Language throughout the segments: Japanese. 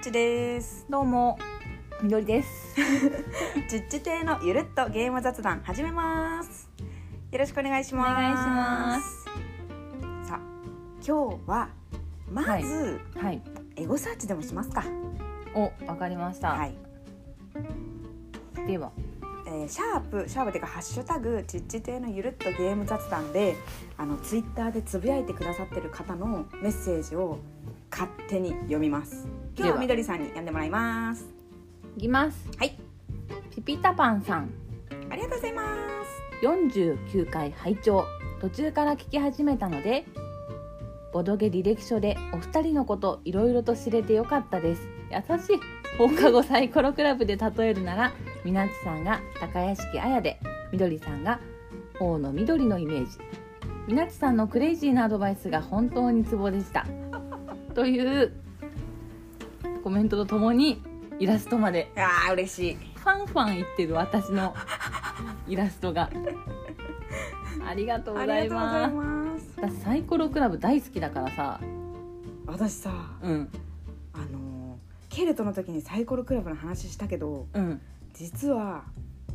ちですどうも、みど りです。実地亭のゆるっとゲーム雑談始めますよろしくお願いしますお願いしますさあ今日はまず、はい、エゴサーチでもしますかお、わかりました。はい、では、えーシャープシャープっていうかハッシュタグ実地亭のゆるっとゲーム雑談であのツイッターでつぶやいてくださってる方のメッセージを勝手に読みます今日でははみどりさんに読んでもらいますいきます。はいピピタパンさん、ありがとうございます49回拝聴。途中から聞き始めたので、ボドゲ履歴書でお二人のこといろいろと知れてよかったです。優しい。放課後サイコロクラブで例えるなら、みなちさんが高屋敷あやで、みどりさんが王の緑のイメージ。みなちさんのクレイジーなアドバイスが本当にツボでした。というコメントとともにイラストまであー嬉しいファンファン言ってる私のイラストがありがとうございあまりがとうすございます私サイコロクラブ大好きだからさ私さうんあのーケルトの時にサイコロクラブの話したけどうん実は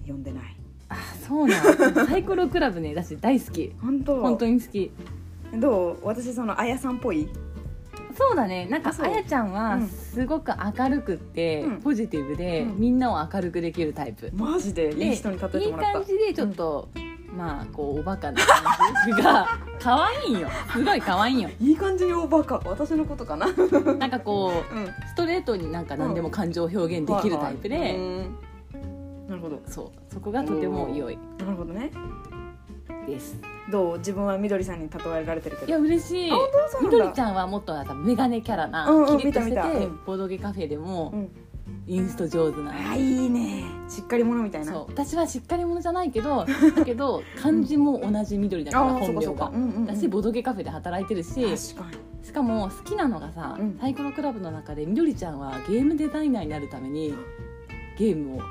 読んでないあそうな んサイコロクラブね私大好き本当本当に好きどう私そのあやさんっぽいそうだねなんあかそうあやちゃんはうんすごく明るくって、うんポジティブで、うんみんなを明るくできるタイプマジででいい人に例えてもらっいい感たじでちょっと、まあこうおバカな感じが可愛いよすごい可愛いよいい感じにおバカ私のことかなうんなんかこうストレートになんか何でも感情を表現できるタイプで、はいはいうんなるほどそうそこがとても良いなるほどねですどう自分はみどりさんに例えられてるけいどや嬉しいあ本当そうなんみだどりちゃんはもっとなんかメガネキャラな、うんうんキリッとして見た見たて、うんボードゲカフェでうもん、インスト上手な、あいいねしっかり者みたいなそう私はしっかり者じゃないけ どだけど漢字も同じ緑だからああそう本か名そうかがう。んうんうんだしボードゲカフェで働いてるしし確かにかも好きなのがさ、うんサイコロクラブの中でみどりちゃんはゲームデザイナーになるためにゲームを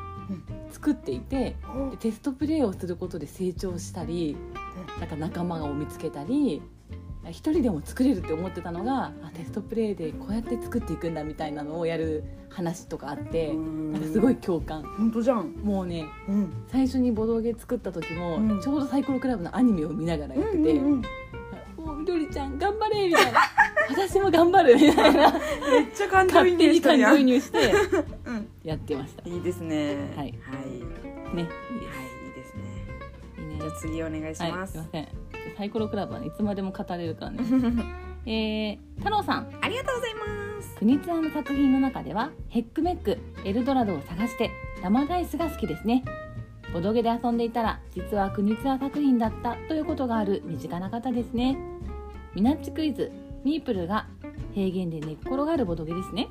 作っていて、でテストプレイをすることで成長したりなんか仲間を見つけたり一人でも作れるって思ってたのがあテストプレイでこうやって作っていくんだみたいなのをやる話とかあってなんかすごい共感本当じゃんもうねうん最初にボドゲ作った時も、うんちょうどサイコロクラブのアニメを見ながらやってて「うんうんもうみどりちゃん頑張れ」みたいな「私も頑張る」みた いなめっちゃ感情移勝入手にした感じゃ情移ん。入してうんやってましたねいいですね。はいはい。いいではいいいですね。すいいねじゃあ次お願いしはまい、すす。いませんサイコロクラブはね、いつまでも語れるからねえー、太郎さんありがとうございます。国津庵の作品の中ではヘックメックエルドラドを探して生ダイスが好きですねボドゲで遊んでいたら実は国津庵作品だったということがある身近な方ですねミナッチクイズミープルが平原で寝っ転がるボドゲですね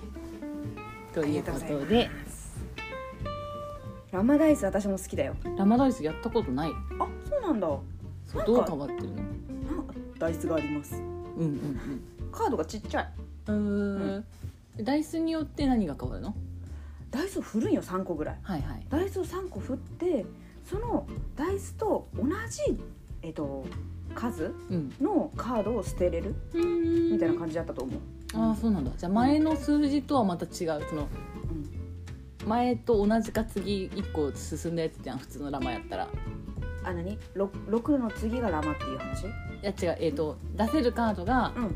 というこありがとうとございでます。ラマダイス私も好きだよ。ラマダイスやったことないあ、そうなんだ。そうなんかどう変わってるのなんかダイスがあります。うんうんカードがちっちゃい。うんうーんダイスによって何が変わるのダイスを振るんよ三個ぐらい。はいはいダイスを三個振って、そのダイスと同じえっと数うんのカードを捨てれるみみたいな感じだったと思う。ああそうなんだじゃあ前の数字とはまた違うそのうん前と同じか次1個進んだやつじゃん普通のラマやったらあ、なに？六六の次がラマっていう話？いや違うえっ、と出せるカードがうん。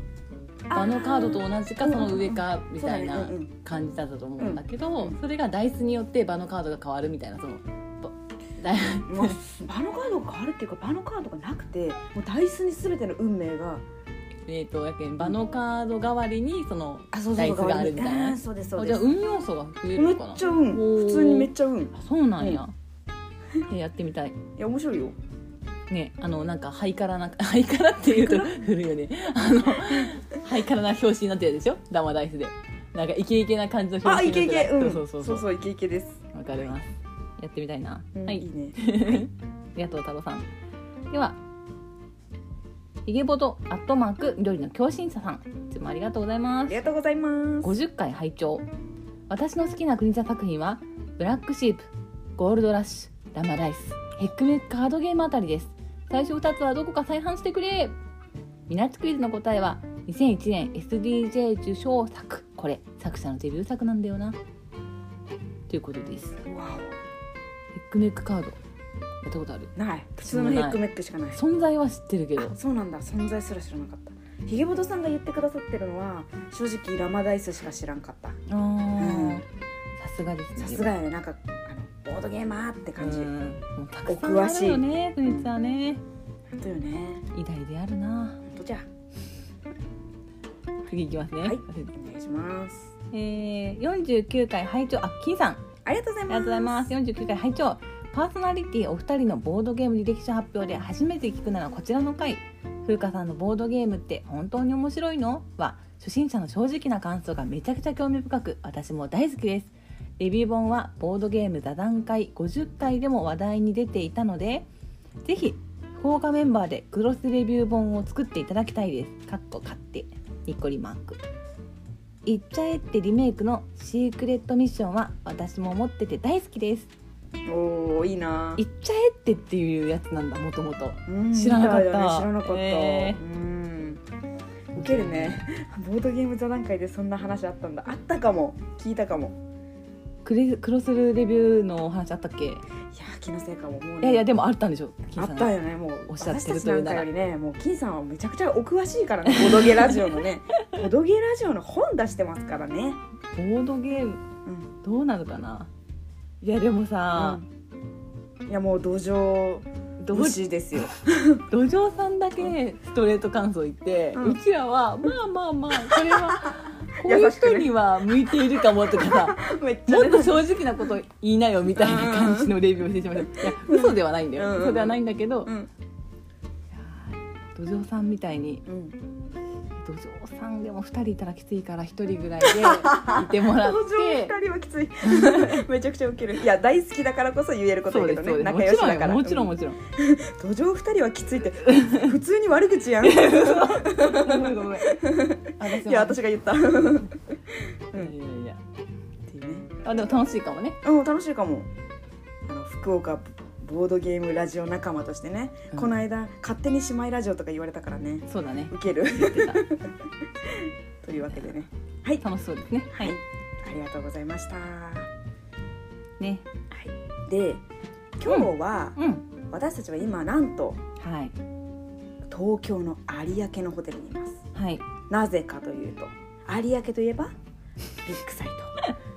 場のカードと同じかそうんうんうんの上かみたいそうなだねうんうん感じだったと思うんだけうどんそれがダイスによって場のカードが変わるみたいなそのぼだい もう 場のカードが変わるっていうか場のカードがなくてもうダイスに全ての運命がえっとやけん場のカード代わりにそのあそうダイスがあるみたいなーそうですそうあでじゃあす運要素が増えるめっのかなちゃ運おー普通にめっちゃ運いあそうなんや、えやってみたいや面白いよね、あのなんかハイカラな ハイカラっていうと古いよねあのハイカラな表紙になってるでしょダマダイスでなんかイケイケな感じのあ表い紙けいになっけてるうんそうそうそうそういけいけです、わかりますやってみたいな、うん はいいいねありがとう太郎さんではヒゲボドアットマーク緑の強心者さんいつもありがとうございあまりすがとうございます50回拝聴私の好きな国座作品はブラックシープゴールドラッシュラマダイスヘックメックカードゲームあたりです最初2つはどこか再販してくれみなつクイズの答えは2001年 SDJ 受賞作「これ作者のデビュー作なんだよなということですわヘックメックカードやったことあるおない普通のヘックメックしかない存在は知ってるけどあそうなんだ存在すら知らなかったひげぼとさんが言ってくださってるのは正直ラマダイスしか知らんかったあんーさすがですねさすがやねなんかあのボードゲーマーって感じあうんもうたくさんあるよね国立はねとよね偉大であるなほんとじゃ次いきますね、はいお願いしますえー、49回拝聴あ金さんあありがとうございりますがとうございます49回拝聴パーソナリティお二人のボードゲーム履歴書発表で初めて聞くならこちらの回風花さんのボードゲームって本当に面白いのは初心者の正直な感想がめちゃくちゃ興味深く私も大好きですレビュー本はボードゲーム座談会50回でも話題に出ていたのでぜひ福岡メンバーでクロスレビュー本を作っていただきたいですかっこ買ってにっこりマークいっちゃえってリメイクのシークレットミッションは私も持ってて大好きですおおいいないっちゃえってっていうやつなんだもともとうん知らなかったみいだね知らなかった、えうんウケるね ボードゲーム座談会でそんな話あったんだあったかも聞いたかもクレクロスルレビューのお話あったっけいいやー気のせいかももう、ね、やいやでもあったんでしょ金あさっんたよねもうおっしゃっ私てたるちといなうんなからよりねもう金さんはめちゃくちゃお詳しいからねボドゲラジオの ねボドゲラジオの本出してますからねボードゲームうんどうなのかないやでもさ、うんいやもう土壌どう無し視です よ土壌さんだけストレート感想言って、ううんちらはまあまあまあこ れはこういう人には向いているかもとかさめっちゃもっねと正直なこと言いなよみたいな感じのレビューをしてしまいましたいや嘘ではないんだうんうんようん嘘ではないんだけどうん土壌さんみたいにうん土壌さんでも2人いたらきついから1人ぐらいでいてもらっ土壌て二人はきつい めちゃくちゃウケるいや大好きだからこそ言えることそだうけでどすそうねですも仲良しちろだんかよらもちろんうもちろん土壌二人はきついって普通に悪口やんい ごめんごめん私もや私が言った、うん、っいやいやいやていうねあでも楽しいかもね うん、楽しいかもあの福岡ボードゲームラジオ仲間としてね、うんこの間勝手に姉妹ラジオとか言われたからねそうだねウケる言ってたというわけでねはい、楽しそうですねはいありがとうございましたはねいで今日は、うん私たちは今なんとはい東京の有明のホテルにいますはいなぜかというと有明といえばビッグ サイト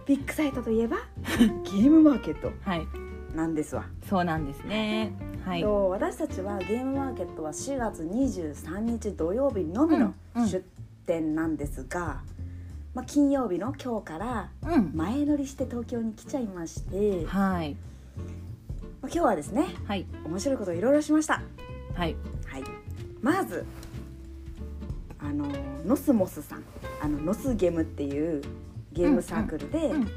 ビッグサイトといえばゲームマーケットはいなんですわそうなんですねはいと私たちはゲームマーケットは4月23日土曜日のみのうんうん出店なんですが、まあ、金曜日の今日からうん前乗りして東京に来ちゃいまして、まあ、はい今日はですねはい面白いことをいろいろしました、はいはい、まずあのノスモスさんあのノスゲムっていうゲームサークルで、うんうん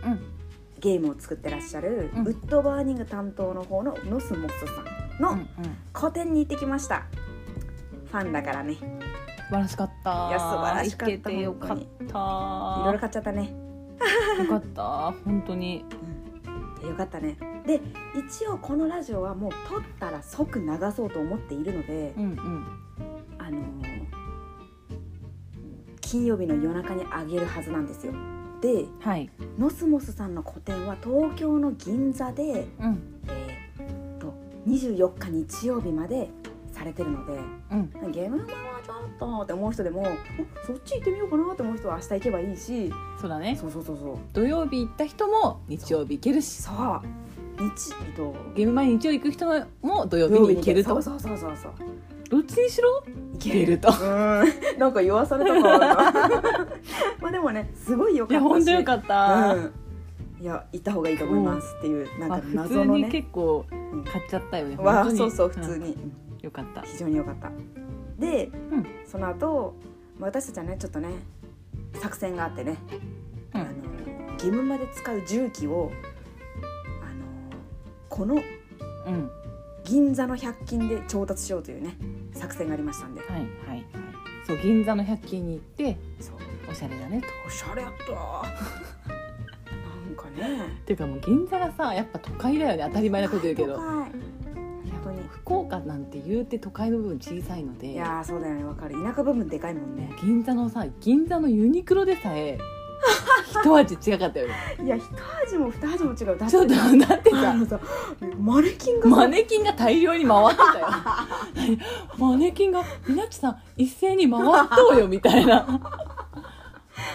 ゲームを作ってらっしゃる、うんウッドバーニング担当の方のノスモスさんのうんうん個展に行ってきましたファンだからね素晴らしかったいや素晴らしかった行けてよかったいろいろ買っちゃったね、よかった本当によかったねで一応このラジオはもう撮ったら即流そうと思っているので、うんうんあのー金曜日の夜中にあげるはずなんですよではいノスモスさんの個展は東京の銀座で、うんえーっと24日日曜日までされてるのでうんゲームの前はちょっとって思う人でもおそっち行ってみようかなって思う人は明日行けばいいしそうだねそうそうそうそう土曜日行った人も日曜日行けるしさあ日えっとゲーム前に日曜日行く人も土曜日に行けるとそうそうそうそうそうどっちにしろい行けるとうーんなんか言わされたかな まあでもねすごいよかいったやし本当よかった、うん、いや行った方がいいと思いますっていうなんまあか普謎通のにね結構うん買っちゃったよね、わ本当あにそうそう普通んに、よかった非常に良かったで、んその後、まあ私たちはねちょっとね作戦があってね、うんあの義務まで使う重機をあのこのうん銀座の100均で調達しようというね作戦がありましたんではいはいはいそう銀座の百均に行ってそうおしゃれだねとおしゃれやったなんかねっていうかもう銀座がさやっぱ都会だよね当たり前なこと言うけど都会本当に福岡なんて言うて都会の部分小さいのでいやーそうだよねわかる田舎部分でかいもんね 銀座のさ銀座のユニクロでさえ一味違かったよねいや一味も二味も違うだってちょっとだってあ さのさマネキンがさマネキンが大量に回ってたよ マネキンが「みなっちさん一斉に回っとうよ」みた いな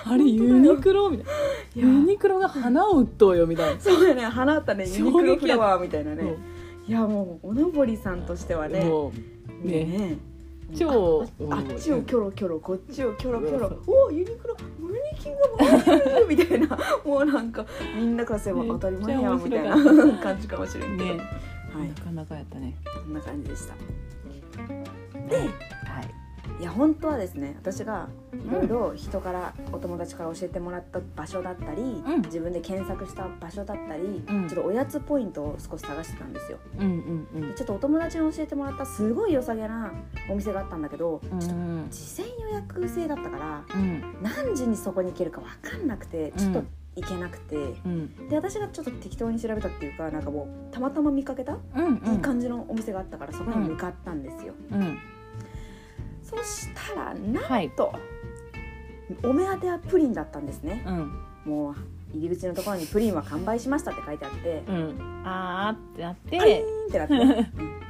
あれユニクロみたいないやユニクロが花を売っとうよみたいな、そうやね花あったねユニクロフラワーみたいなそねいやもうおのぼりさんとしてはうねもうね超ああっちをキョロキョロこっちをキョロキョそうロおユニクロマネキンが回ってるみたい なもうなんかみんなからすればね当たり前やんみたいなめっちゃ面白かった感じかもしれんけど、ねはいなかなかやったねこんな感じでしたはいいや本当はですね私がいろいろ人から、お友達から教えてもらった場所だったり、うん自分で検索した場所だったり、うんちょっとおやつポイントを少し探してたんですようんうんうでんちょっとお友達に教えてもらったすごい良さげなお店があったんだけど、うんちょっとうん事前予約制だったからうん何時にそこに行けるか分かんなくてちょっと行けなくて、うんで私がちょっと適当に調べたっていうかなんかもうたまたま見かけた、うんいい感じのお店があったからそこに向かったんですよ、うんそしたらなんはいとお目当てはプリンだったんですねうんもう入り口のところに「プリンは完売しました」って書いてあってうんあーってなっプリーンてってな って、うん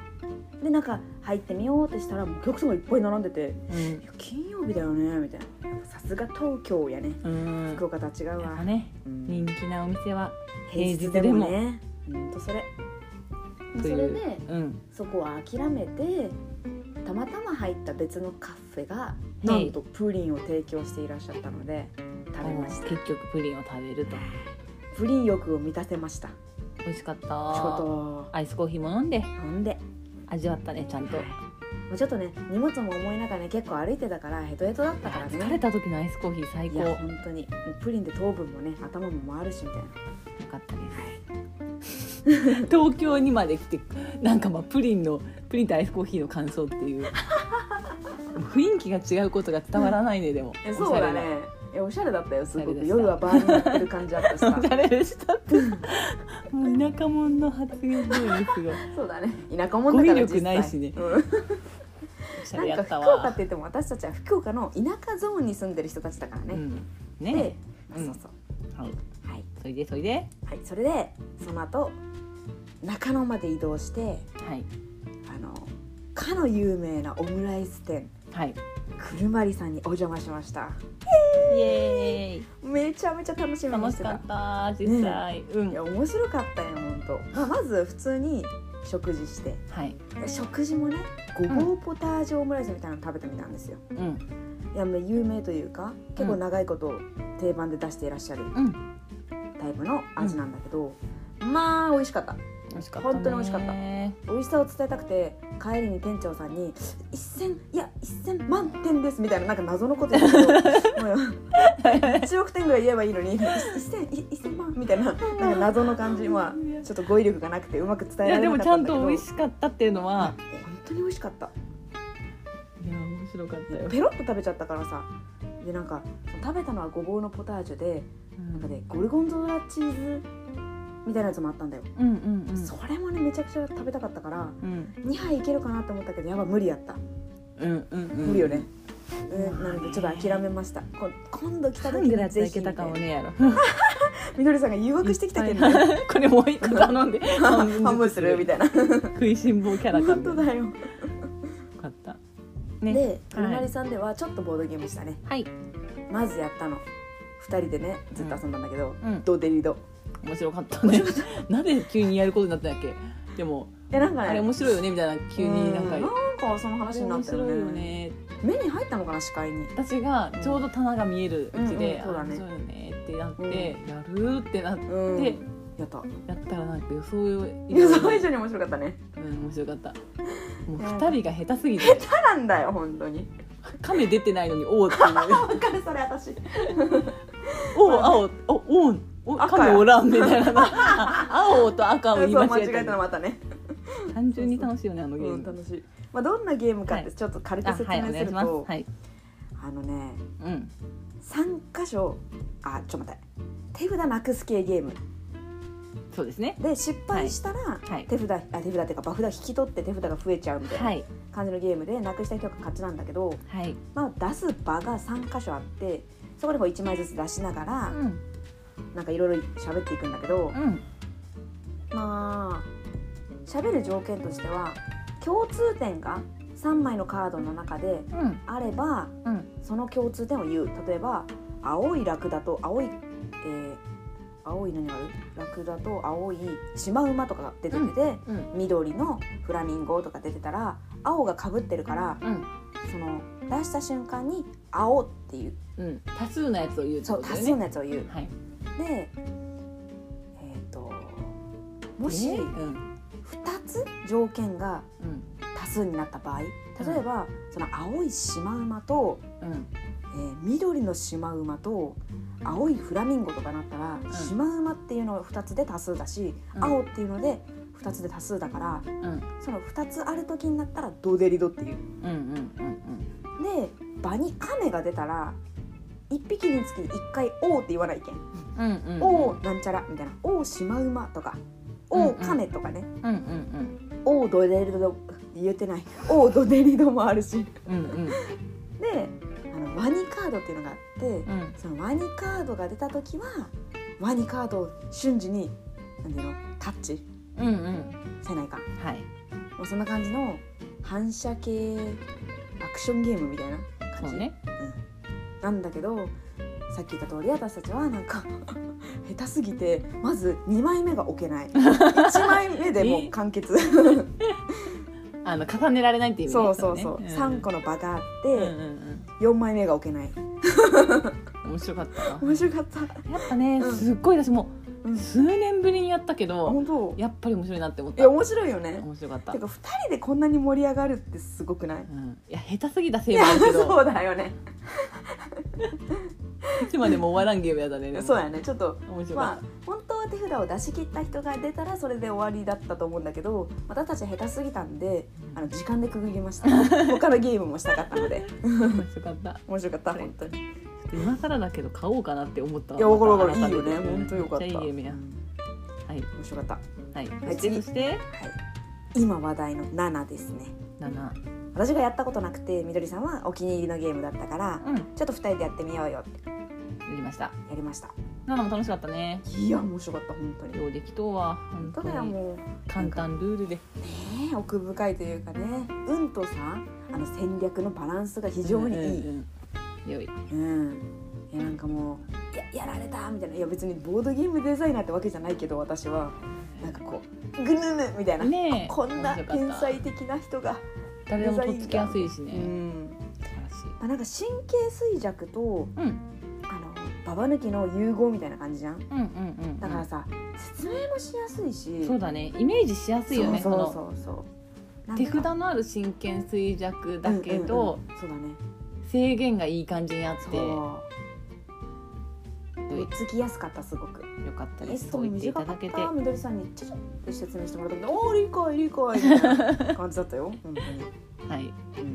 でなんか入ってみようってしたらもうお客さんがいっぱい並んでて「いや金曜日だよね」みたいなやっぱさすが東京やねうんうん福岡とは違うやっぱわ、ねうん人気なお店は平日でもねほんとそれそといれうでうんそこは諦めてたまたま入った別のカフェがいなんとプリンを提供していらっしゃったので食べました結局プリンを食べるとプリン欲を満たせました美味しかっ仕た事アイスコーヒーも飲んで飲んで味わったねちゃんともうちょっとね荷物も重い中ね結構歩いてたからヘトヘトだったからね疲れた時のアイスコーヒー最い高よや本当にもうプリンで糖分もね頭も回るしみたいなかったです東京にまで来てなんかまあプリンのプリンとアイスコーヒーの感想っていう雰囲気が違うことが伝わらないねでもえそうだねえおしゃれだったよすごおしゃれでくした夜はバーになってる感じあったしおしゃさ れだおしゃれでしたってもう田舎者の発言のようにすごいそうだね田舎者だから語彙力ないしね うんおしゃれやなんっかた福岡っわて言っても私たちは福岡の田舎ゾーンに住んでる人たちだからうね。んで、ねまあうんそうそう、ははいいそれでそれではい、それでその後中野まで移動してはいあのかの有名なオムライス店はいくるまりさんにお邪魔しましたイエーイめちゃめちゃ楽しみ楽にししてかたった実際、うんいや面白かったよ本当、まあ、まず普通に食事してはいで食事もねごぼうポタージュオムライスみたいなの食べてみたんですよ、うんいやもう有名というか結構長いこと定番で出していらっしゃるうんタイプの味なんだけど、まあ美味しかった美味しかったね本当に美味しかった美味しさを伝えたくて帰りに店長さんに「一千いや一千万点です」みたいななんか謎のこと言うけどもう1億点ぐらい言えばいいのに「一千い一千万」みたいななんか謎の感じまあちょっと語彙力がなくてうまく伝えいらやれでなもちかっゃたんんだけどと美味しかったっていうのは本当に美味しかったいや面白かったよ、ペロッと食べちゃったからさでなんかその食べたのはごぼうのポタージュでうん、なんかねゴルゴンゾーラチーズみたいなやつもあったんだよ、うんうんうんそれもねめちゃくちゃ食べたかったからうん2杯いけるかなと思ったけどやばい無理やったうんうんうん無理よね、うん、なのでちょっと諦めましたこ今度来たハ時ングラにッツぜいひけたかもねやろみどりさんが誘惑してきたけど、 ね、これもう一個頼んで半分するみたいな食いしん坊キャラ感本当でよだよ、かったねで「うまりさん」ではちょっとボードゲームしたねはいまずやったの2人でねずっと遊んだんだけど、うんドデリ ド面白かったねなぜ急にやることになったんだっけでもいやなんかねあれ面白いよねみたいな急になんかうなんかその話になったよあれ面白いよねね目に入ったのかな視界に私がちょうど棚が見えるうちで「うんうんあうんそそううよね」ってなって「やる」ってなってうんでやったやったらなんか予想以 予想以上上に面白かったねにうん面白かったもうや二人が下手すぎて下手なんだよ本当 に亀出てないのに「おう」っていわうか るそれ私「おう」「青」「おおん」お赤亀おらんみた いなあ青と赤をそう言い間間違違ええたのたまたね単純に楽しいよねあのゲうーんム楽しいまあどんなゲームかってはいちょっと軽くあ説はい明おす願いるしますとはいあのねうん三箇所あちょっと待って手札なくす系ゲームそうですねで失敗したらはい手札あ手札っていうかバフ札引き取って手札が増えちゃうみたいなはい感じのゲームでなくした人が勝ちなんだけどはいまあ、出す場が3箇所あってそこでこう1枚ずつ出しながうらんなんかいろいろ喋っていくんだけどうんまあ喋る条件としては共通点が3枚のカードの中でうんあればうんその共通点を言う例えば青いラクダと青い、えー青い何があるラクダと青いシマウマとかが出てて、うん緑のフラミンゴとか出てたら青がかぶってるからうんその出した瞬間に「青」っていううん多数のやつを言うってそこうと多だ数よねのやつを言う。はいでえっ、ともしえー2うんつ条件がうん多数になった場合例えば、その青いシマウマと、うんえー緑のシマウマと青いフラミンゴとかなったら、んシマウマっていうのは2つで多数だし、うん青っていうので2つで多数だからうんその2つある時になったらドデリドっていう。うんうんうんで場に亀が出たら1匹につき1回「おう」って言わないけん。うんうんうんおーなんちゃらみたいな「おーシマウマ」とか「おーカメ」とかねうんうん「おードデリド」言えてない「おードデリド」もあるしうんうんうんであのワニカードっていうのがあってうんそのワニカードが出た時はワニカードを瞬時に何ていうのタッチうんうんせないかんはいもうそんな感じの反射系アクションゲームみたいな感そじうねなんだけどさっき言った通り私たちはなんか 下手すぎてまず2枚目が置けない1枚目で もう完結あの重ねられないっていう意味ねそうそうそう、ねん3個の場があっうんうて、ん4枚目が置けないうん面白かったな面白かった、やっぱねうんすっごい私もう、うん数年ぶりにやったけど本当やっぱり面白いなって思っいたや面白いよね面白かったてか2人でこんなに盛り上がるってすごくないうんいや下手すぎたいせいもやあるけどそうだよねいつまでも終わらんゲームやだねでもそうやねちょっと面白まかあ本当は手札を出し切った人が出たらそれで終わりだったと思うんだけど私たち下手すぎたんであの時間でくぐりました 他のゲームもしたかったのでった面白かった面白かった本当にい今更だけど買おうかなって思ったわや分かる分かるいい改めよてね本当よかっためっちゃいいゲームやうんはい面白かったははいはいそして次そしてい今話題の7ですね七私がやったことなくてみどりさんはお気に入りのゲームだったからうんやちょっと2人でやってみようよってりましたやりました七も楽しかったねいや面白かった本当にようできとうわ本た当だやにもう簡単ルールでねえ奥深いというかね運とさあの戦略のバランスが非常にいい、うんうん良いうん、いやなんかもうややられたみたいないや別にボードゲームデザイナーってわけじゃないけど私はなんかこうぐぬぬみたいな、ねえこんな面白かった天才的な人が、誰でもとっつきやすいしうねん素晴らしいあなんか神経衰弱とうんあのババ抜きの融合みたいな感じじゃんうんうんうんうんだからさ、説明もしやすいしそうだねイメージしやすいよねそそうそのうそうそうなんか手札のある真剣衰弱だけど、うんうんうんそうだね制限がいい感じにあってよそういとっつきやすかったすごくかったエですストそうも言ってい短たかだっけてたみどりさんにちょちょっと説明してもらったけどおー理解理解みたいな感じだ ったよ本はい当に、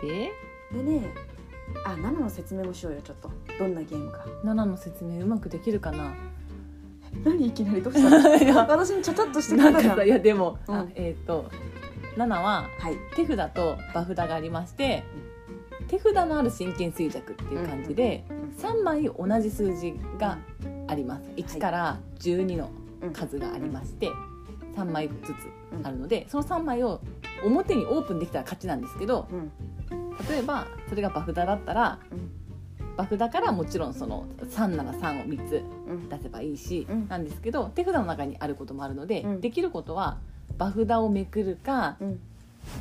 でうんでねあナナの説明もしようよちょっとどんなゲームか七の説明うまくできるかな何いきなりどうしたのいや私にちゃちゃっとしてく れなんたかじゃんさいやでも、うんあえっ、と七ははい手札と場札がありまして手札のある真剣衰弱っていう感じで、んうん三枚同じ数字があります1から12のうん数がありまして3枚ずつあるのでその3枚を表にオープンできたら勝ちなんですけどうん例えばそれがバフダだったらうんバフダからもちろんその3なら3を3つうん出せばいいしうんなんですけど手札の中にあることもあるのでうんできることはバフダをめくるかうん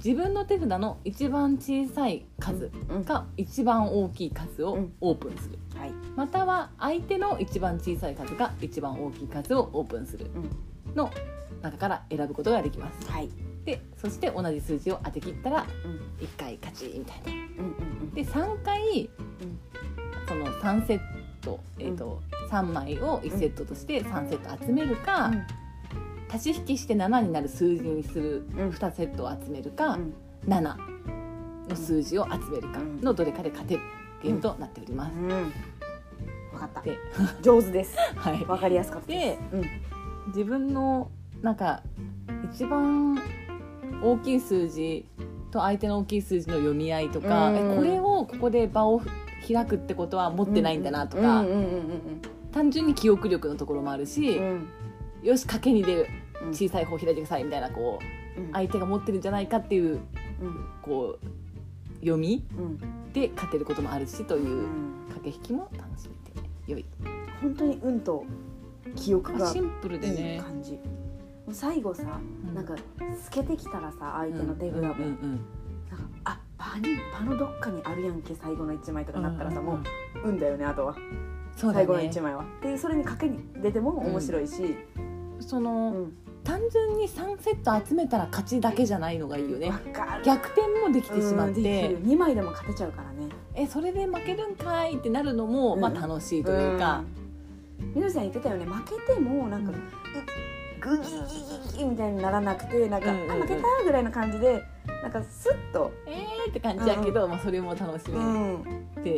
自分の手札の一番小さい数うんか一番大きい数をオープンする。はいまたは相手の一番小さい数が一番大きい数をオープンするうんの中から選ぶことができますはいでそして同じ数字を当て切ったらうん1回勝ちみたいなうんうんで3回うんその3セット、えーと3枚を1セットとして3セット集めるか、足し引きして7になる数字にするうん2セットを集めるか、うん7の数字を集めるかのどれかで勝てるゲームとなっております。うんうんわかったで上手ですはいわかりやすかったでですうん自分のなんか一番大きい数字と相手の大きい数字の読み合いとか、うんえこれをここで場を開くってことは持ってないんだなとうんかうんうん単純に記憶力のところもあるうんしうんよし賭けに出るうん小さい方開いてくださいみたいなこう相手が持ってるんじゃないかっていううんこう読みうんで勝てることもあるしとういうん駆け引きも楽しめて良い本当に運と記憶がシンプルでいいね感じもう最後さなんか透けてきたらさ相手の手札もうなんんうんうかんあ場に場のどっかにあるやんけ最後の一枚とうかんなったらさもんう運だよねあとはそうだ最後のね一枚は。でそれに賭けに出ても面白いしそうのん単純に3セット集めたら勝ちだけじゃないのがいいよねわかる逆転もできてしまっうんできてる二枚でも勝てちゃうからね。えそれで負けるんかいってなるのも、うんまあ楽しいというか、うん。みのりさん言ってたよね負けてもなんかグギギギギみたいにならなくてなんか、うんうんうんあ負けたぐらいの感じでなんかスッと、えーって感じやけど、まあそれも楽しめん、て、い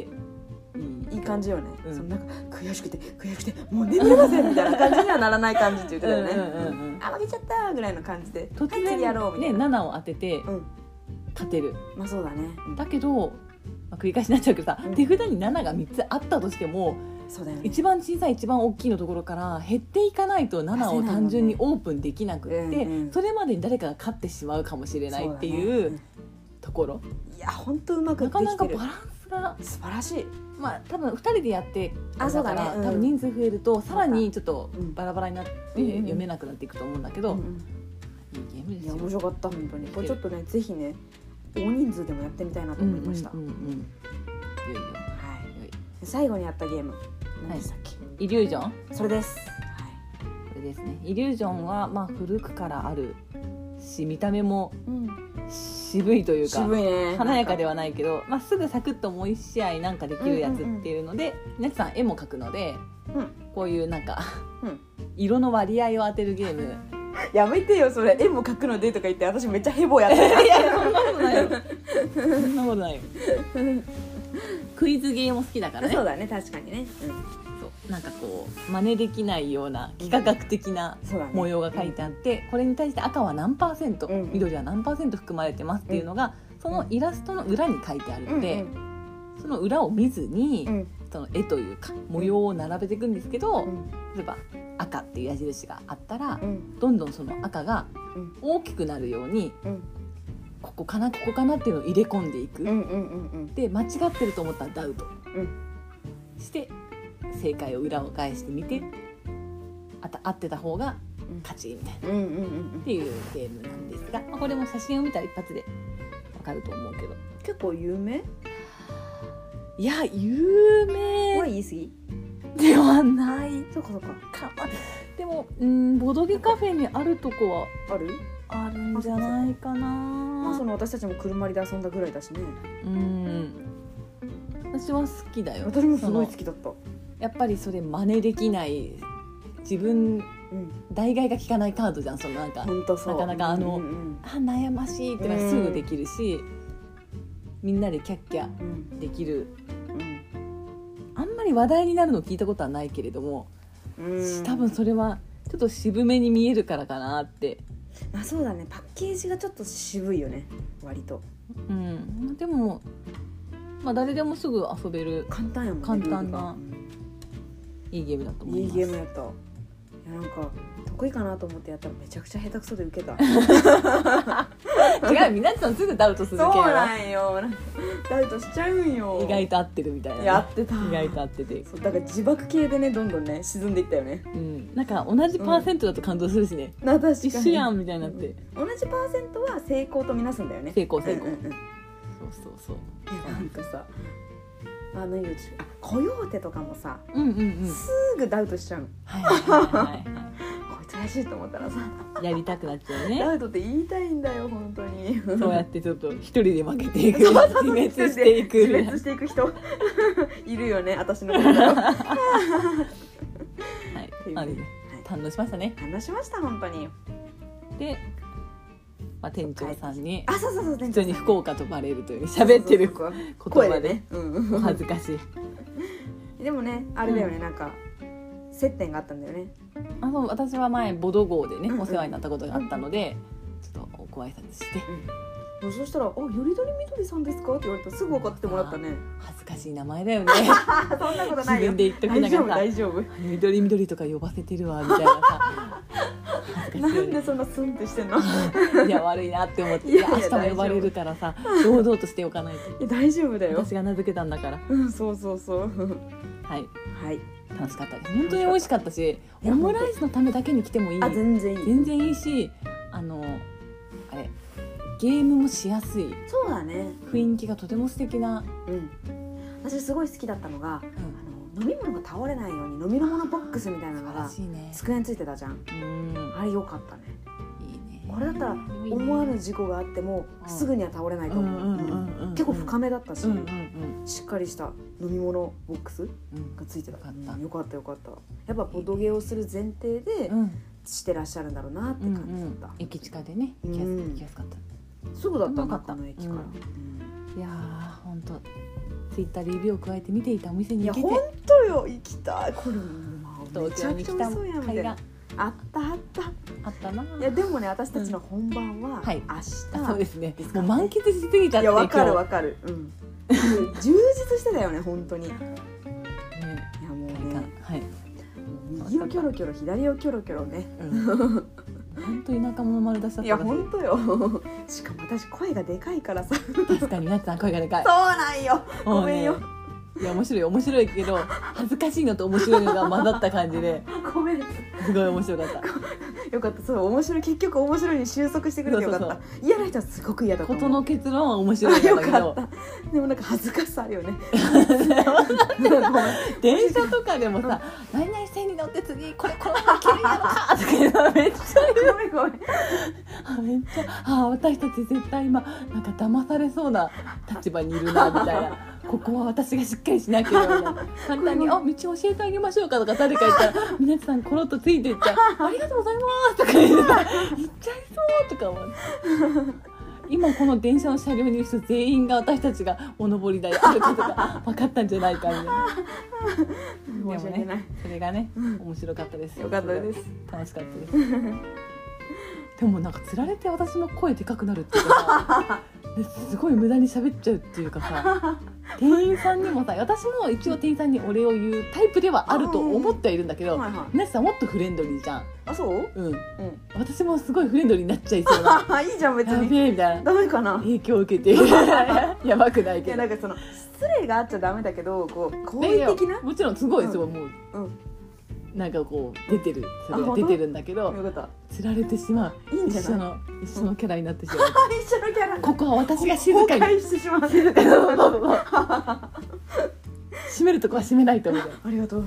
いいい感じよね、うんそのなんか悔しくて悔しくてもう眠れませんみたいな感じにはならない感じって言ってたよね、うんうんうんうんあ負けちゃったぐらいの感じで突はい、然、次やろうみたねいな、 7を当ててうん勝てる、まあそうだね、だけど、まあ繰り返しになっちゃうけどさ、うん手札に7が3つあったとしてもそうだよね一番小さい一番大きいのところから減っていかないと7を単純にオープンできなくって、うんうんそれまでに誰かが勝ってしまうかもしれないっていそうだうねところ、うんいや本当うまくでなかなきかてバるランスが素晴らしい、まあ多分2人でやってあそうだねからうん多分人数増えるとさらにちょっとうんバラバラになってうんうんうん読めなくなっていくと思うんだけど、うんうんいいゲームでいすやよ。面白かった本当にこれちょっとねぜひね大人数でもやってみたいなとうん思ういんうんまうんした、いよいよはいよでい最後にやったゲーム何でしたっけ、イリュージョンこそれです、れですねイリュージョンはまあ古くからあるし見た目もうん、渋いというか渋いね華やかでははないけど、まあ、すぐサクッともう一試合なんかできるやつっていうので、皆さん絵も描くので、うんこういうなんか、うん色の割合を当てるゲームやめてよそれ絵も描くのでとか言って私めっちゃヘボやってる いやそんなことないよそんなことないよクイズゲーも好きだから ねそうだね確かにね、そうなんかこう真似できないような幾何学的なうん、そうだね模様が書いてあってこれに対して赤は何パーセント、うんうん緑は何パーセント含まれてますっていうのが、そのイラストの裏に書いてあるうのんで、その裏を見ずに、うんその絵というか模様を並べていくんですけど、うん例えば赤っていう矢印があったら、うんどんどんその赤がうん大きくなるようにうんここかなここかなっていうのを入れ込んでいく、うんうんうんで間違ってると思ったらダウト、うして正解を裏を返してみてあた合ってた方がうん勝ちみたいなっうんうんうんうんていうゲームなんですが、まあこれも写真を見たら一発でわかると思うけど結構有名いや有これ名言い過ぎではないそうかそうかかでもうんボドゲカフェにあるとこはあるあるんじゃないかなまあその私たちも車で遊んだぐらいだしねうん私は好きだよ私もすごい好きだったやっぱりそれ真似できない自分うん代替が効かないカードじゃんそのなんか本当そうなかなかあのうんうんあ悩ましいってのはすぐできるし、みんなでキャッキャうんできるうんあんまり話題になるの聞いたことはないけれども、うん多分それはちょっと渋めに見えるからかなってまあそうだねパッケージがちょっと渋いよね割とうん、まあでも、まあ、誰でもすぐ遊べる簡単やもんね簡単なルールいいゲームだがとうん思いいまいすゲームやったいやなんか得意かなと思ってやったらめちゃくちゃ下手くそで受けた違う皆さんすぐダウトする系はんよダウトしちゃうんよ意外と合ってるみたいなね、やってた意外と合ってて、そうだから自爆系でねどんどんね沈んでいったよねうん、なんか同じパーセントだと感動するしね、な確かに一緒やんみたいになって、同じパーセントは成功とみなすんだよね成功成功、うんうんうんそうそうそういやなんかさあの命あコヨーテとかもさうんうんうんすぐダウトしちゃうのこはいはいはいはいいつ怪しいと思ったらさはいやりたくなっちゃダう ねウトって言いたいんだよ本当にそうやってちょっと一人で負けてい くそうそう自滅していく自滅していく人 いるよね私 のことだとははいいあれ堪能しましたね話しました本当にで、まあ、店長さんにあそうそうそう普店通長に不幸かとバレるという喋ってるそうそうそうそう言葉声ででね、うんお恥ずかしいでもねあれだよね、なんか接点があったんだよねあの私は前ボド号でねうんうんお世話になったことがあったので、ちょっとご挨拶して、そしたら「あよりどりみどりさんですか?」って言われたらすぐ分かってもらったね恥ずかしい名前 だよねあそんなこと自ないよ分で言っとき大な丈夫がら大丈夫さ緑緑とか呼ばせてるわみたいな さ 恥ずなかしいよんでねそんなスンってしてんの いいや悪いなって思っていいややいや明日も呼ばれるからさ堂々としておかないや大丈夫だとよ私が名付けたんだからうんそうそうそう はいはい楽しかったです本当に美味しかったしいオやムライスのためだけに来てもいいあ全然いい全然いいしあのあれゲームもしやすいそうだね雰囲気がとても素敵な、うん私すごい好きだったのがあうのん、飲み物が倒れないように飲み物ボックスみたいな素の晴らがしいね机についてたじゃんうんあれ良かったねいいねこれだったらいいね思わぬ事故があってもうんすぐには倒れないと思ううんうんうんうんうん結構深めだったしうんうんうんしっかりした飲み物ボックスうんがついてたよかったうんよかったよかったやっぱボドゲをする前提でうんしてらっしゃるんだろうなってうんう感じだっん駅近でね行きやすうん行きやすかったたすぐだったよかなったこの駅からうんうんいやーほんとツイッターで指を加えて見ていたお店いにや行けて本当よ行きたいこれまあめ東ち京ゃにくちゃ来美た味しそうやんみた甲い斐ながあったあったあったないやでもね私たちの本番はは明い日、あそうですねですかもうらね満喫しすぎちゃっていやわかる今わかるうん充実してたよね本当にいや日ねもうなんねかはい右をキョロキョロ左をキョロキョロね本当田舎者丸出しだっいたやからさ本当よしかも私声がでかいからさそう確かになっちゃん声がでかいなんよもごうねめんよいや面白い面白いけど恥ずかしいのと面白いのが混ざった感じでごめんすごい面白かったよかったそう面白い結局面白いに収束してくれてよかったそうそ嫌な人はすごく嫌だとこと思のう結論は面白あいんよだけかっどたでもなんか恥ずかしさあるよねごめん電車とかでもさ「何々線に乗って次これこのまま切るやろか」とか言うのめっちごめんごめんゃめっちゃあ私たち絶対今なんか騙されそうな立場にいるなみた いな。ここは私がしっかりしなきゃみたいな簡単に「あ道教えてあげましょうか」とか誰か言ったら皆さんコロッとついていっちゃう「ありがとうございます」とか言ってさ行っちゃいそう」とか思って今この電車の車両にいる人全員が私たちがお登り台あることが分かったんじゃないかみたいな。もね申し訳ないそれがね面白かったですよかったです楽しかっ たですでもなんかつられて私の声でかくなるっていうか さすごい無駄に喋っちゃうっていうかさ店員さんにもさ私も一応店員さんにお礼を言うタイプではあると思ってはいるんだけはど、いはい皆さんもっとフレンドリーじゃんあそううんうん私私もすごいフレンドリーになっちゃ いそうなあいいじゃん別やべにえみたいな ダメかな影響を受 けてやばくないいけやどなんかその失礼があっちゃダメだけどこう好意いやいや的なよもちろんすごいすごいもう、うんなんかこう出てるそれあが本出当てるんだけどかった釣られてしまういいんじゃ一な緒いの一緒のキャラになってしまう、一緒のキャラここは私が静か崩壊にしてしまう閉めるとこは閉めないとみたいなありがとうい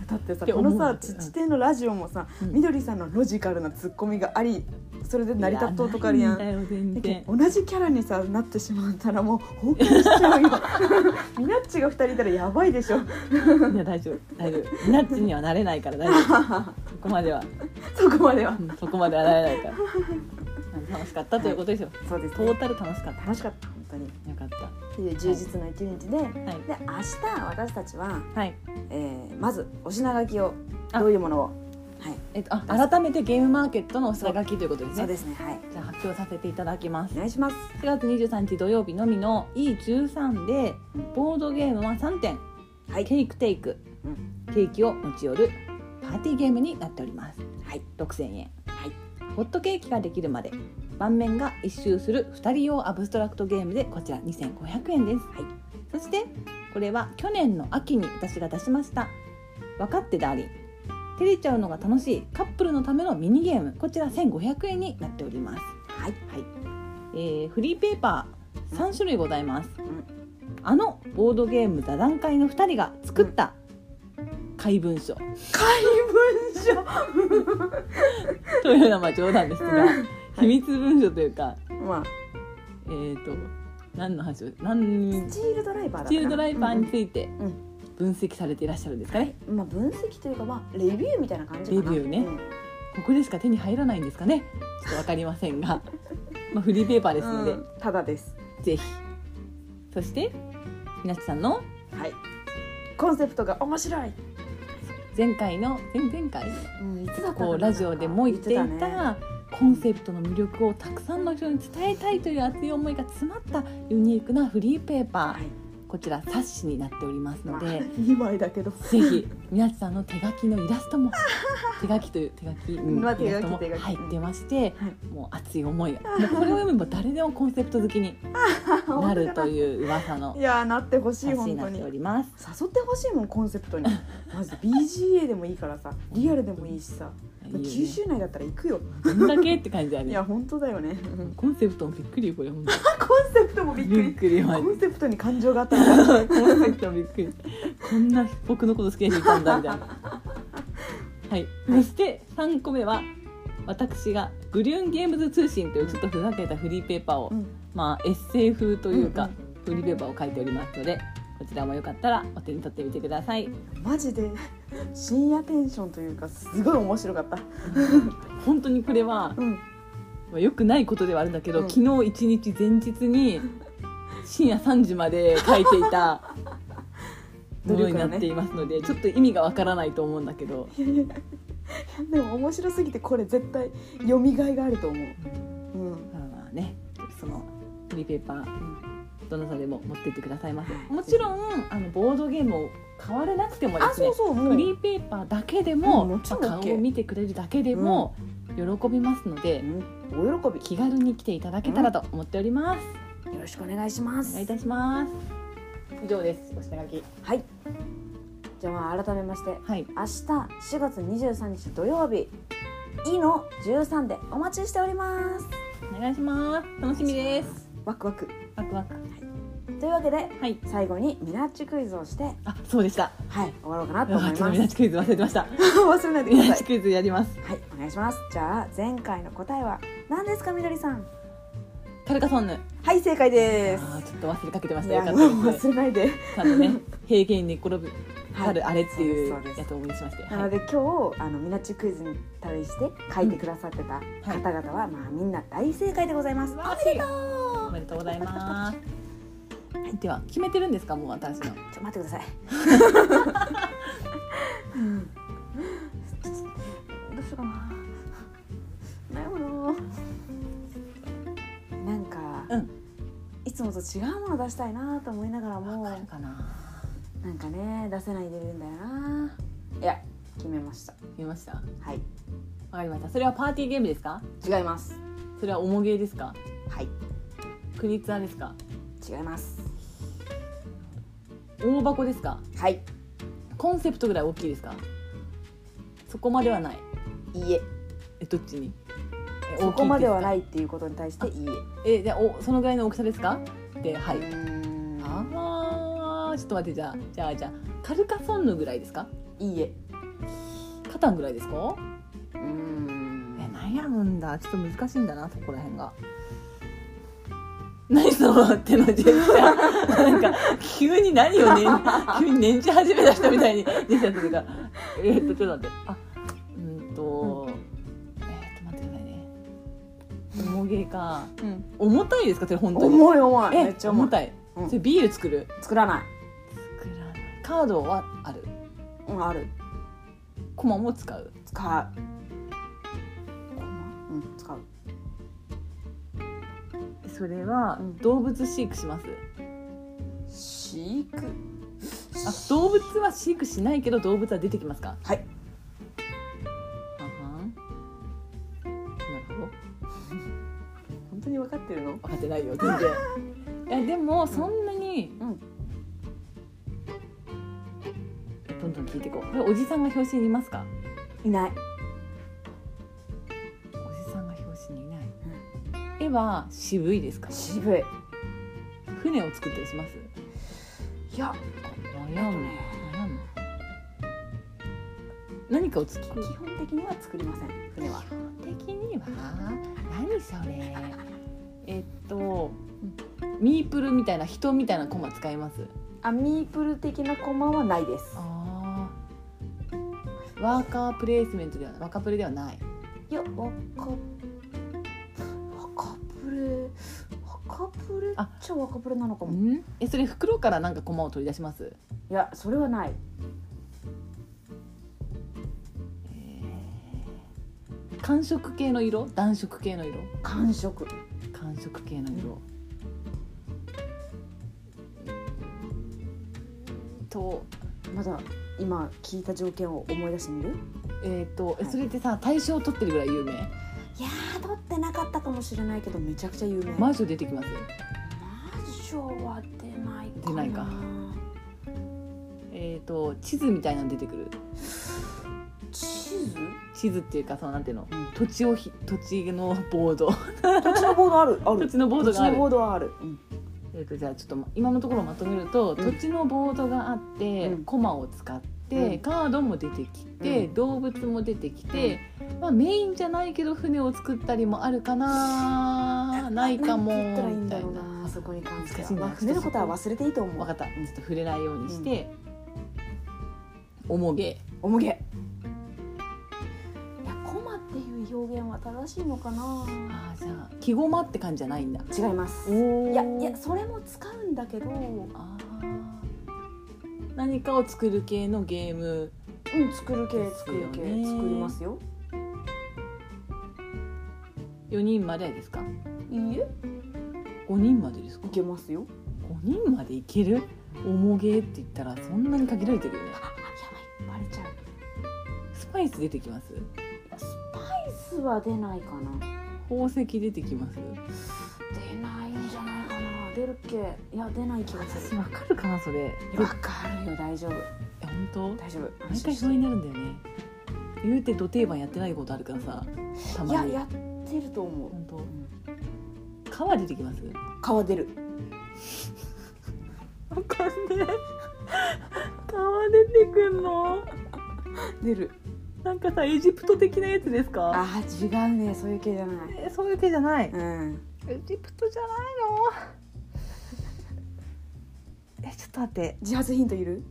やだってっさてこ思うのさんだけど父亭のラジオもさ、うんみどりさんのロジカルなツッコミがありそれで成り立っとうとかあるやんいないだよ全だけ然ど同じキャラにさなってしまったらもう崩壊しちゃ うよみなっちが二人いたらやばいでしょいや大丈夫大丈夫みなっちにはなれないから大丈夫そこまでは、そこまではうんそこまではなれないから楽しかったということでしょ、そうですトねータル楽しかった楽しかった本当にっよかったていう充実の一日で、はいで明日私たちは、はいえーまずお品書きをあどういうものをはいえっとあ改めてゲームマーケットのお下書きということですそうねですねはいじゃあ発表させていただきますお願いします4月23日土曜日のみの E13 でボードゲームは3点はいケークテイク、うんケーキを持ち寄るパーティーゲームになっておりますはい6000円、はいホットケーキができるまで盤面が一周する2人用アブストラクトゲームでこちら2500円です、はいそしてこれは去年の秋に私が出しました「分かってダーリン」照れちゃうのが楽しいカップルのためのミニゲームこちら1500円になっておりますはいはい、えーフリーペーパー3種類ございます、んあのボードゲーム座談会の2人が作った怪文書 怪文書というのはまあ冗談ですが、うん秘密文書というか まあえっ、と何の話を何ススチールドライバーだったかなチールドライバーについてうん分析されていらっしゃるんですかね、うんまあ、分析というか、まあ、レビューみたいな感じかなレビューねうんここでしか手に入らないんですかねちょっと分かりませんが まあフリーペーパーですので、うんただですぜひそしてみなちさんのはいコンセプトが面白い、前回の前々回うん、いつだったかなこうラジオでも言っていた言ってたねコンセプトの魅力をたくさんの人に伝えたいという熱い思いが詰まったユニークなフリーペーパはーいこちら冊子になっておりますのまあ、で、 2枚だけどぜひ皆さんの手書きのイラス トも手書きという手書き、うんまあ手書きイラストも手書き入ってまして、はもう熱 い思いがもうこれを読めば誰でもコンセプト好きになるという噂のいやーなってほしい冊子に本な当ってにおります。誘ってほしいもんコンセ プトにマジで BGA でもいいからさリアルでもいいしさいいよね九州内だったら行くよどんだけって感じだいねや。本当だよね コンセプトもびっくりよこれ本当にコンセプトもびっくびっりくりマコジでンセプトに感情があったのかコンセプトもびっくり。こんな僕のこと好きな人いたんだみたいな。はい。そして三個目は私がグリューンゲームズ通信というちょっとふざけたフリーペーパーを、うんまあエッセイ風というか、うんフリーペーパーを書いておりますので。こちらもよかったらお手に取ってみてください。マジで深夜テンションというかすごい面白かった本当にこれはうんまあ、よくないことではあるんだけど、うん昨日一日前日に深夜3時まで書いていた 努もの力にがねなっていますので、ちょっと意味がわからないと思うんだけどでも面白すぎてこれ絶対読みがいがあると思ううんまあまあねそのフリーペーパーどなたでも持ってってくださいませはいもちろんあのボードゲームを買われなくてもであすねそうそうもフうリーペーパーだけでうも、んもちろんだまあっけ顔を見てくれるだけでも喜びますので、うんお喜気軽に来ていただけたらと思っております、びよろしくお願いしまおす願いいたします以上ですお品書きはいじゃあまあ改めましてはい明日4月23日土曜日いの13でお待ちしておりますお願いします楽しみですワクワクワクワクというわけではい最後にミナッチクイズをしてあそうでしたはい終わろうかなあと思いちょっとまミすナチクイズ忘れてました 忘れないでミくださナ チいクイズやりますはいお願いしますじゃあ前回の答えは何ですかみどりさんカルカソンヌはい正解あですーちょっと忘れかけてましいたよやかもっうたです忘れないであのね平原に転ぶはた るあれっていうそうですそうでやすつを思い出しましてなのはいで今日あのミナッチクイズに対して書いてくださってた方々は、まあみんな大正解でございます。わーおめでとうおめでとうございますはいでは決めてるんですかもう私のちょ待ってください。どうしようかな。悩むの。なんか、うんいつもと違うもの出したいなと思いながらも、わかるかななんかね出せないでいるんだよな。いや決めました。決めましたわはいかりましたそれはパーティーゲームですか違います。それは重ゲーですかはいクリツアですか違います。大箱ですかはいコンセプトぐらい大きいですかそこまではないいいええどっちにえそこまではないいっていうことに対していいえ。えじゃあおそのぐらいの大きさですかではいうーんあーちょっと待ってじゃあじゃあじゃあカルカソンヌぐらいですかいいえ。カタンぐらいですかうーえん悩むんだちょっと難しいんだなそこら辺が 何その手のジェスチャー なんか急に何をね 急に念じ始めた人みたいにジェスチャーするからえーっとちょっと待ってあうーんと、えーっと待ってくださいね重げかうん重たいですかそれ本当に重い重いえめっちゃ重いたい、うんそれビール作る作らない作らないカードはあるうんあるコマも使う使ううん使うそれはうん動物飼育します、飼育あ動物は飼育しないけど動物は出てきますかはいははんなるほど本当に分かってるの分かってないよ全 然いやでもそんなに、うんどんどん聞いていこうこれおじさんが表紙にいますかいないおじさんが表紙にいない、絵は渋いですか渋い船を作ったりしますいや悩む悩む何かを作基本的には作りません船は基本的には何それ えっとミープルみたいな人みたいなコマ使いますアミープル的なコマはないですあーワーカープレイスメントではないワーカープレではないいやワカワカプレワカプレっちゃワカプレなのかもんえそれ袋からなんかコマを取り出しますいやそれはないえー寒色系の色暖色系の色感触寒色系の色、とまだ今聞いた条件を思い出してみるえっ、と、えはいそれってさ大賞取ってるぐらい有名いやー取ってなかったかもしれないけどめちゃくちゃ有名魔女出てきます魔女は出ないか出ないかえっ、と地図みたいなの出てくる地図地図っていうかそのなんていうの土地をひ土地のボ ード土地のボードあるあ土る地のボードが土あ地のるボードはある、うんえー、とじゃあちょっと今のところまとめるうと、ん土地のボードがあって、うんコマを使って、うんカードも出てきて、うん動物も出てきて、まあ、メインじゃないけど船を作ったりもあるかなないかもなんて言ったらいいんみただいろうななあそこに関しては難しいなまあ、船のことは忘れていいと思分かうったちょっと触れないようにして、おもげおもげいやコマっていう表現は正しいのかなあーじゃあ木駒って感じじゃないんだ違いますおいやいやそそれも使うんだけどうあー何かを作る系のゲーんム作る系です作よねる系作りますよ4人までですかいいえ5人までですかいけますよ5人までいけるおもげって言ったらそんなに限られてるよねあやばいバレちゃうスパイス出てきますスパイスは出ないかな宝石出てきます出ないんじゃないかな出るっけいや出ない気がす私るわかるかなそれわかるよ大丈夫え本当大丈夫毎回不安になるんだよね言うてど定番やってないことあるからさたいまやにやってると思う本当川出てきます皮出るわかんね川出てくんの出るなんかさエジプト的なやつですかあー違うねそういう系じゃないえそういう系じゃないうんエジプトじゃないの えちょっと待って自発ヒントいる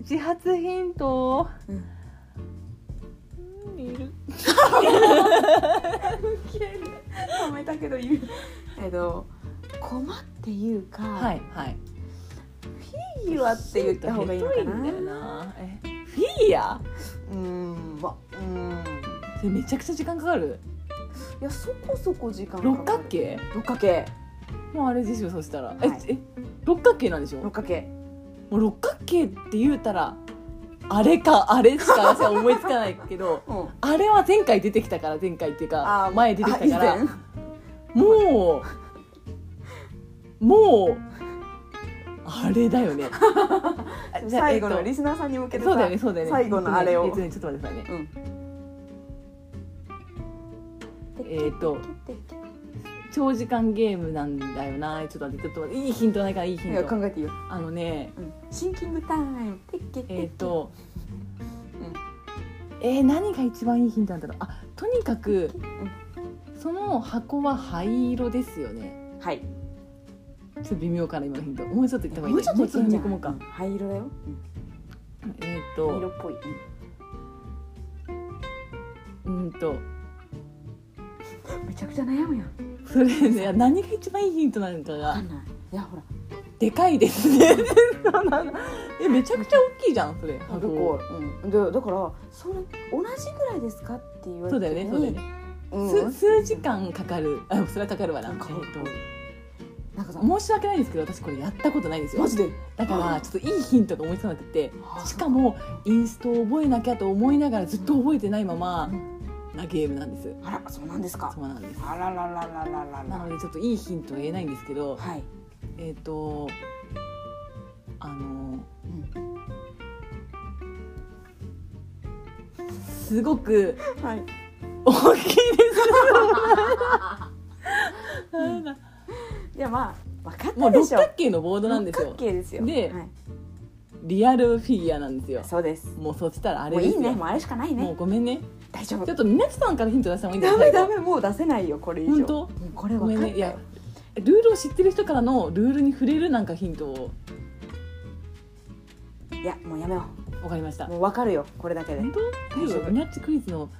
自発ヒントうんうんいる止めたけど言うえっと駒っていうか、はいはいフィギュアって言った方がいいのかちょっとなヘトいんだよなえフィギュアうーんわうーんそれめちゃくちゃ時間かかるいやそこそこ時間かかる六角形六角形もうあれですよそしたら、えはいえ六角形なんでしょ六角形もう六角形って言うたらあれかあれしか私は思いつかないけどうん あれは前回出てきたから前回っていうか前出てきたかあら以前もうもうあれだよねじゃあ 最後えのっとリスナーさんに向けてさそうだよねそうだよね最後のあれをえっとねちょっと待ってくださいねうんえっと長時間ゲームなんだよなちょっと待ってちょっと待っていいヒントないからいいヒいンやト考えていいよ、あのねうん、シンキングタイムテッケテッケえっとえー何が一番いいヒントなんだろうあとにかくその箱は灰色ですよねはいちょっと微妙かな今のヒントもうちょっと言った方がいいねいけんじゃんもうちょっと踏み込も灰色だよ、うかえっ灰色とっぽい、うんうんとめちゃくちゃ悩むやん。それね何が一番いいヒントなのかわかがんない。いやほら、でかいですね そうなのえめちゃくちゃ大きいじゃんそれど箱こ、うん、でだからそれ同じぐらいですかって言われそうてだよねそうだよねうん、数数時間かかるあそれはかかるわな、えなんかーなんかさ、と、申し訳ないんですけど私これやったことないんですよマジで。だからちょっといいヒントが思いつかなくてあしかもインストを覚えなきゃと思いながらずっと覚えてないままうんなゲームなんですあら、そうなんですかそ。うなんですあららららららなら。のでちょっといいヒントは言えないんですけどはい。えっ、とあのうんすごくはい。大きいですなんだいやまあ分かっもたうで六しょ。角形のボードなんです六よ角形ですよ。ではい、リアルフィギュアなんですよそうです。もうそしたらあもれうでいすいよね、もうあれしかないもうね。ごめんね大丈ちょ夫っ。とみなちさんからヒント出した方がいいんじゃダないメですダかメ、もう出せないよこれ以上。本当うんこれごめ分かんっねたいやよ。ルールを知ってる人からのルールに触れるなんかヒントをいやもうやめよわかりましたう。もう分かるよこれだけで本。当大丈夫ミナッチクイズの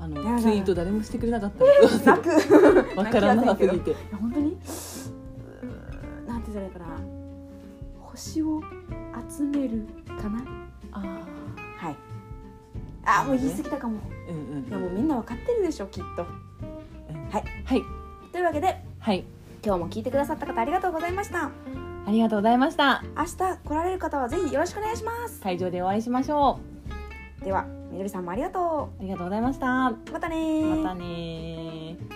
あのやだツイート誰もしてくれなかったんで す泣く。わからなさすぎ泣ていや本当にうーなんて言ったらいいかな星を集めるかなあはいあもう言い過ぎたかもうんうんいやもうみんなわかってるでしょきっとはいというわけではい今日も聞いてくださった方ありがとうございましたありがとうございました明日来られる方はぜひよろしくお願いします会場でお会いしましょうではみどりさんもありがとありがとうございましたまうまたねーたねー